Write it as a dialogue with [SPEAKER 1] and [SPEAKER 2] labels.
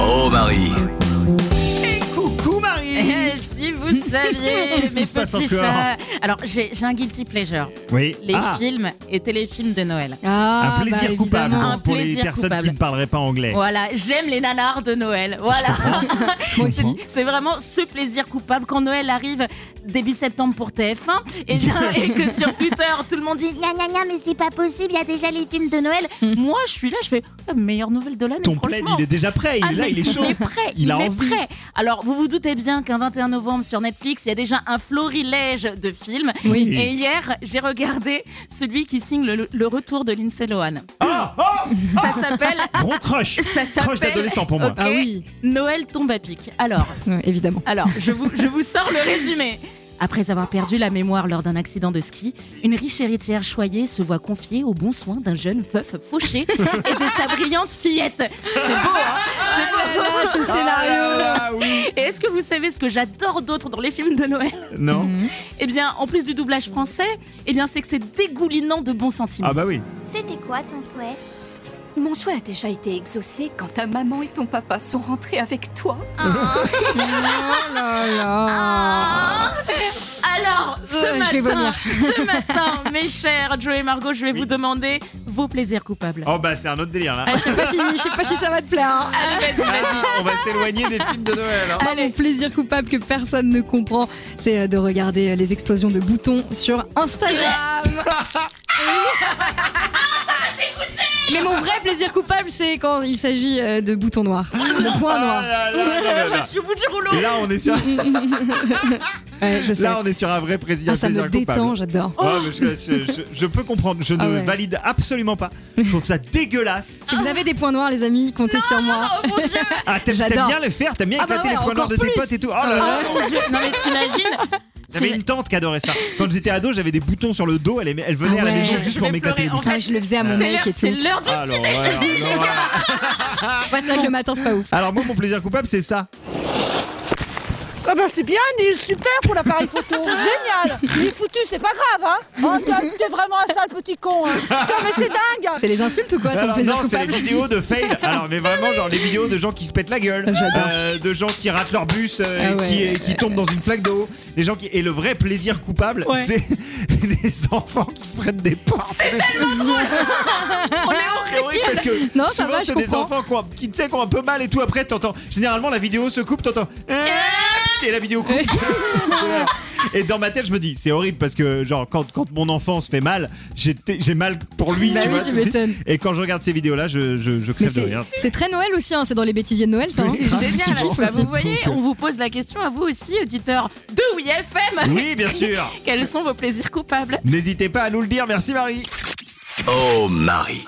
[SPEAKER 1] Oh Marie
[SPEAKER 2] Coucou Marie
[SPEAKER 3] Eh, si vous saviez,
[SPEAKER 2] Qu'est-ce qui
[SPEAKER 3] mes
[SPEAKER 2] se passe
[SPEAKER 3] petits
[SPEAKER 2] encore
[SPEAKER 3] chats. Alors, j'ai j'ai un guilty pleasure.
[SPEAKER 2] Oui.
[SPEAKER 3] Les
[SPEAKER 2] Ah,
[SPEAKER 3] films et téléfilms de Noël.
[SPEAKER 4] Ah,
[SPEAKER 2] un plaisir
[SPEAKER 4] bah,
[SPEAKER 2] coupable
[SPEAKER 4] évidemment.
[SPEAKER 3] Un
[SPEAKER 2] pour les
[SPEAKER 3] plaisir
[SPEAKER 2] personnes qui
[SPEAKER 3] coupable.
[SPEAKER 2] ne parleraient pas anglais.
[SPEAKER 3] Voilà, j'aime les nanars de Noël. Voilà. C'est- C'est vraiment ce plaisir coupable quand Noël arrive début septembre pour TF1 et, bien- et que sur Twitter tout le monde dit gna gna gna mais c'est pas possible, il y a déjà les films de Noël. Moi je suis là, je fais Ah, meilleure nouvelle de l'année.
[SPEAKER 2] Hmm. Ton plaid,
[SPEAKER 3] franchement.
[SPEAKER 2] il est déjà prêt, il,
[SPEAKER 3] Ah,
[SPEAKER 2] est là,
[SPEAKER 3] mais
[SPEAKER 2] il est chaud.
[SPEAKER 3] est prêt,
[SPEAKER 2] Il
[SPEAKER 3] il,
[SPEAKER 2] a
[SPEAKER 3] est
[SPEAKER 2] envie.
[SPEAKER 3] prêt. Alors, vous vous doutez bien qu'un 21 novembre sur Netflix, il y a déjà un florilège de films.
[SPEAKER 4] Oui.
[SPEAKER 3] Et hier, j'ai regardé celui qui signe le, le retour de Lindsay Lohan.
[SPEAKER 2] Ah, ah,
[SPEAKER 3] Ça s'appelle
[SPEAKER 2] Gros crush
[SPEAKER 3] Ça
[SPEAKER 2] Crush
[SPEAKER 3] s'appelle-
[SPEAKER 2] d'adolescent pour moi.
[SPEAKER 3] Ok.
[SPEAKER 4] Ah oui,
[SPEAKER 3] Noël tombe à pic. Alors,
[SPEAKER 4] ouais, évidemment.
[SPEAKER 3] alors, je vous, je vous sors le résumé. Après avoir perdu la mémoire lors d'un accident de ski, une riche héritière choyée se voit confier aux bons soins d'un jeune veuf fauché et de sa brillante fillette. C'est beau, hein C'est beau.
[SPEAKER 4] Ah, ce
[SPEAKER 2] Ah là
[SPEAKER 4] scénario
[SPEAKER 2] là, oui.
[SPEAKER 3] Et est-ce que vous savez ce que j'adore d'autre dans les films de Noël
[SPEAKER 2] Non
[SPEAKER 3] Eh bien, en plus du doublage français, eh bien, c'est que c'est dégoulinant de bons sentiments.
[SPEAKER 2] Ah bah oui.
[SPEAKER 5] C'était quoi ton souhait
[SPEAKER 6] Mon souhait a déjà été exaucé quand ta maman et ton papa sont rentrés avec toi.
[SPEAKER 4] Oh là là
[SPEAKER 2] Ah.
[SPEAKER 3] Alors, ce
[SPEAKER 4] Euh, je vais
[SPEAKER 3] matin,
[SPEAKER 4] vomir.
[SPEAKER 3] ce matin, mes chers Joe et Margot, je vais vous demander vos plaisirs coupables.
[SPEAKER 2] Oh bah c'est un autre délire là.
[SPEAKER 4] Ah, Je sais pas si- je sais pas si ça va te plaire. hein.
[SPEAKER 2] Ah, on va s'éloigner des films de Noël. hein.
[SPEAKER 4] Moi, mon plaisir coupable que personne ne comprend, c'est euh, de regarder euh, les explosions de boutons sur Instagram. Et- Mais mon vrai plaisir coupable, c'est quand il s'agit euh, de boutons noirs, de points
[SPEAKER 2] Ah
[SPEAKER 4] noirs.
[SPEAKER 2] là là là là.
[SPEAKER 3] Je suis au bout du rouleau. Oh
[SPEAKER 2] Là, on est sur,
[SPEAKER 4] Ouais, je sais.
[SPEAKER 2] là, on est sur un vrai président.
[SPEAKER 4] Ah, ça me détend, j'adore.
[SPEAKER 2] je, je- je- je peux comprendre, je ne
[SPEAKER 4] Ah ouais.
[SPEAKER 2] valide absolument pas. Je trouve ça dégueulasse.
[SPEAKER 4] Si vous avez des points noirs, les amis, comptez sur moi.
[SPEAKER 3] Oh mon dieu
[SPEAKER 2] Ah, t'aimes
[SPEAKER 4] J'adore.
[SPEAKER 2] t'aimes bien le faire, t'aimes bien
[SPEAKER 4] Ah bah
[SPEAKER 2] éclater
[SPEAKER 4] ouais,
[SPEAKER 2] les points noirs
[SPEAKER 4] encore
[SPEAKER 2] de tes
[SPEAKER 4] plus. Ah,
[SPEAKER 2] potes et tout. Oh là là.
[SPEAKER 3] Oh mon dieu Non mais t'imagines
[SPEAKER 2] J'avais une tante qui adorait ça. Quand j'étais ado, j'avais des boutons sur le dos, elle, aimait- elle venait
[SPEAKER 4] Ah
[SPEAKER 2] à la
[SPEAKER 4] ouais.
[SPEAKER 2] maison
[SPEAKER 4] Je
[SPEAKER 2] juste
[SPEAKER 3] vais
[SPEAKER 2] pour m'éclater les
[SPEAKER 3] pleurer,
[SPEAKER 2] boutons.
[SPEAKER 3] en
[SPEAKER 4] Ah, je le faisais à mon
[SPEAKER 3] C'est
[SPEAKER 4] mec
[SPEAKER 3] l'heure-
[SPEAKER 4] et
[SPEAKER 3] C'est
[SPEAKER 4] tout.
[SPEAKER 3] l'heure du
[SPEAKER 2] Alors,
[SPEAKER 3] petit
[SPEAKER 2] voilà,
[SPEAKER 3] déjeuner
[SPEAKER 2] non, voilà.
[SPEAKER 4] Ouais, c'est vrai que le matin, c'est pas ouf.
[SPEAKER 2] Alors, moi, mon plaisir coupable, c'est ça.
[SPEAKER 7] Ah ben c'est bien, Neil, super pour l'appareil photo, génial Il est foutu, c'est pas grave, hein Oh, t'es- t'es vraiment un sale petit con, hein Putain, mais c'est dingue
[SPEAKER 4] C'est les insultes ou quoi, ton
[SPEAKER 2] Alors,
[SPEAKER 4] plaisir
[SPEAKER 2] non, c'est
[SPEAKER 4] coupable
[SPEAKER 2] les vidéos de fail. Alors, mais vraiment, genre les vidéos de gens qui se pètent la gueule, euh, de gens qui ratent leur bus, euh,
[SPEAKER 4] Ah
[SPEAKER 2] et qui,
[SPEAKER 4] ouais.
[SPEAKER 2] et qui tombent dans une flaque d'eau, les gens qui et le vrai plaisir coupable,
[SPEAKER 3] Ouais.
[SPEAKER 2] c'est les enfants qui se prennent des portes.
[SPEAKER 3] On est au
[SPEAKER 2] C'est horrible parce que
[SPEAKER 4] Non, ça
[SPEAKER 2] souvent
[SPEAKER 4] va, je
[SPEAKER 2] c'est des
[SPEAKER 4] comprends.
[SPEAKER 2] enfants qui ont, qui, tu sais, qui ont un peu mal et tout. Après, t'entends. Généralement, la vidéo se coupe, t'entends. Et la vidéo coupe. Et dans ma tête, je me dis, c'est horrible parce que, genre, quand, quand mon enfant se fait mal, j'ai j'ai mal pour lui.
[SPEAKER 4] Bah
[SPEAKER 2] tu
[SPEAKER 4] oui,
[SPEAKER 2] vois,
[SPEAKER 4] tu
[SPEAKER 2] tout de suite.
[SPEAKER 4] m'étonnes.
[SPEAKER 2] Et quand je regarde ces vidéos-là, je, je, je
[SPEAKER 4] Mais
[SPEAKER 2] crève de
[SPEAKER 4] c'est-
[SPEAKER 2] rire.
[SPEAKER 4] c'est très Noël aussi, hein, c'est dans les bêtisiers de Noël, ça. hein.
[SPEAKER 2] Oui, grave,
[SPEAKER 3] Génial.
[SPEAKER 2] c'est
[SPEAKER 3] Bah,
[SPEAKER 2] possible.
[SPEAKER 3] vous voyez, on vous pose la question à vous aussi, auditeurs de WeFM.
[SPEAKER 2] Oui, bien sûr.
[SPEAKER 3] Quels sont vos plaisirs coupables
[SPEAKER 2] N'hésitez pas à nous le dire. Merci, Marie.
[SPEAKER 1] Oh Marie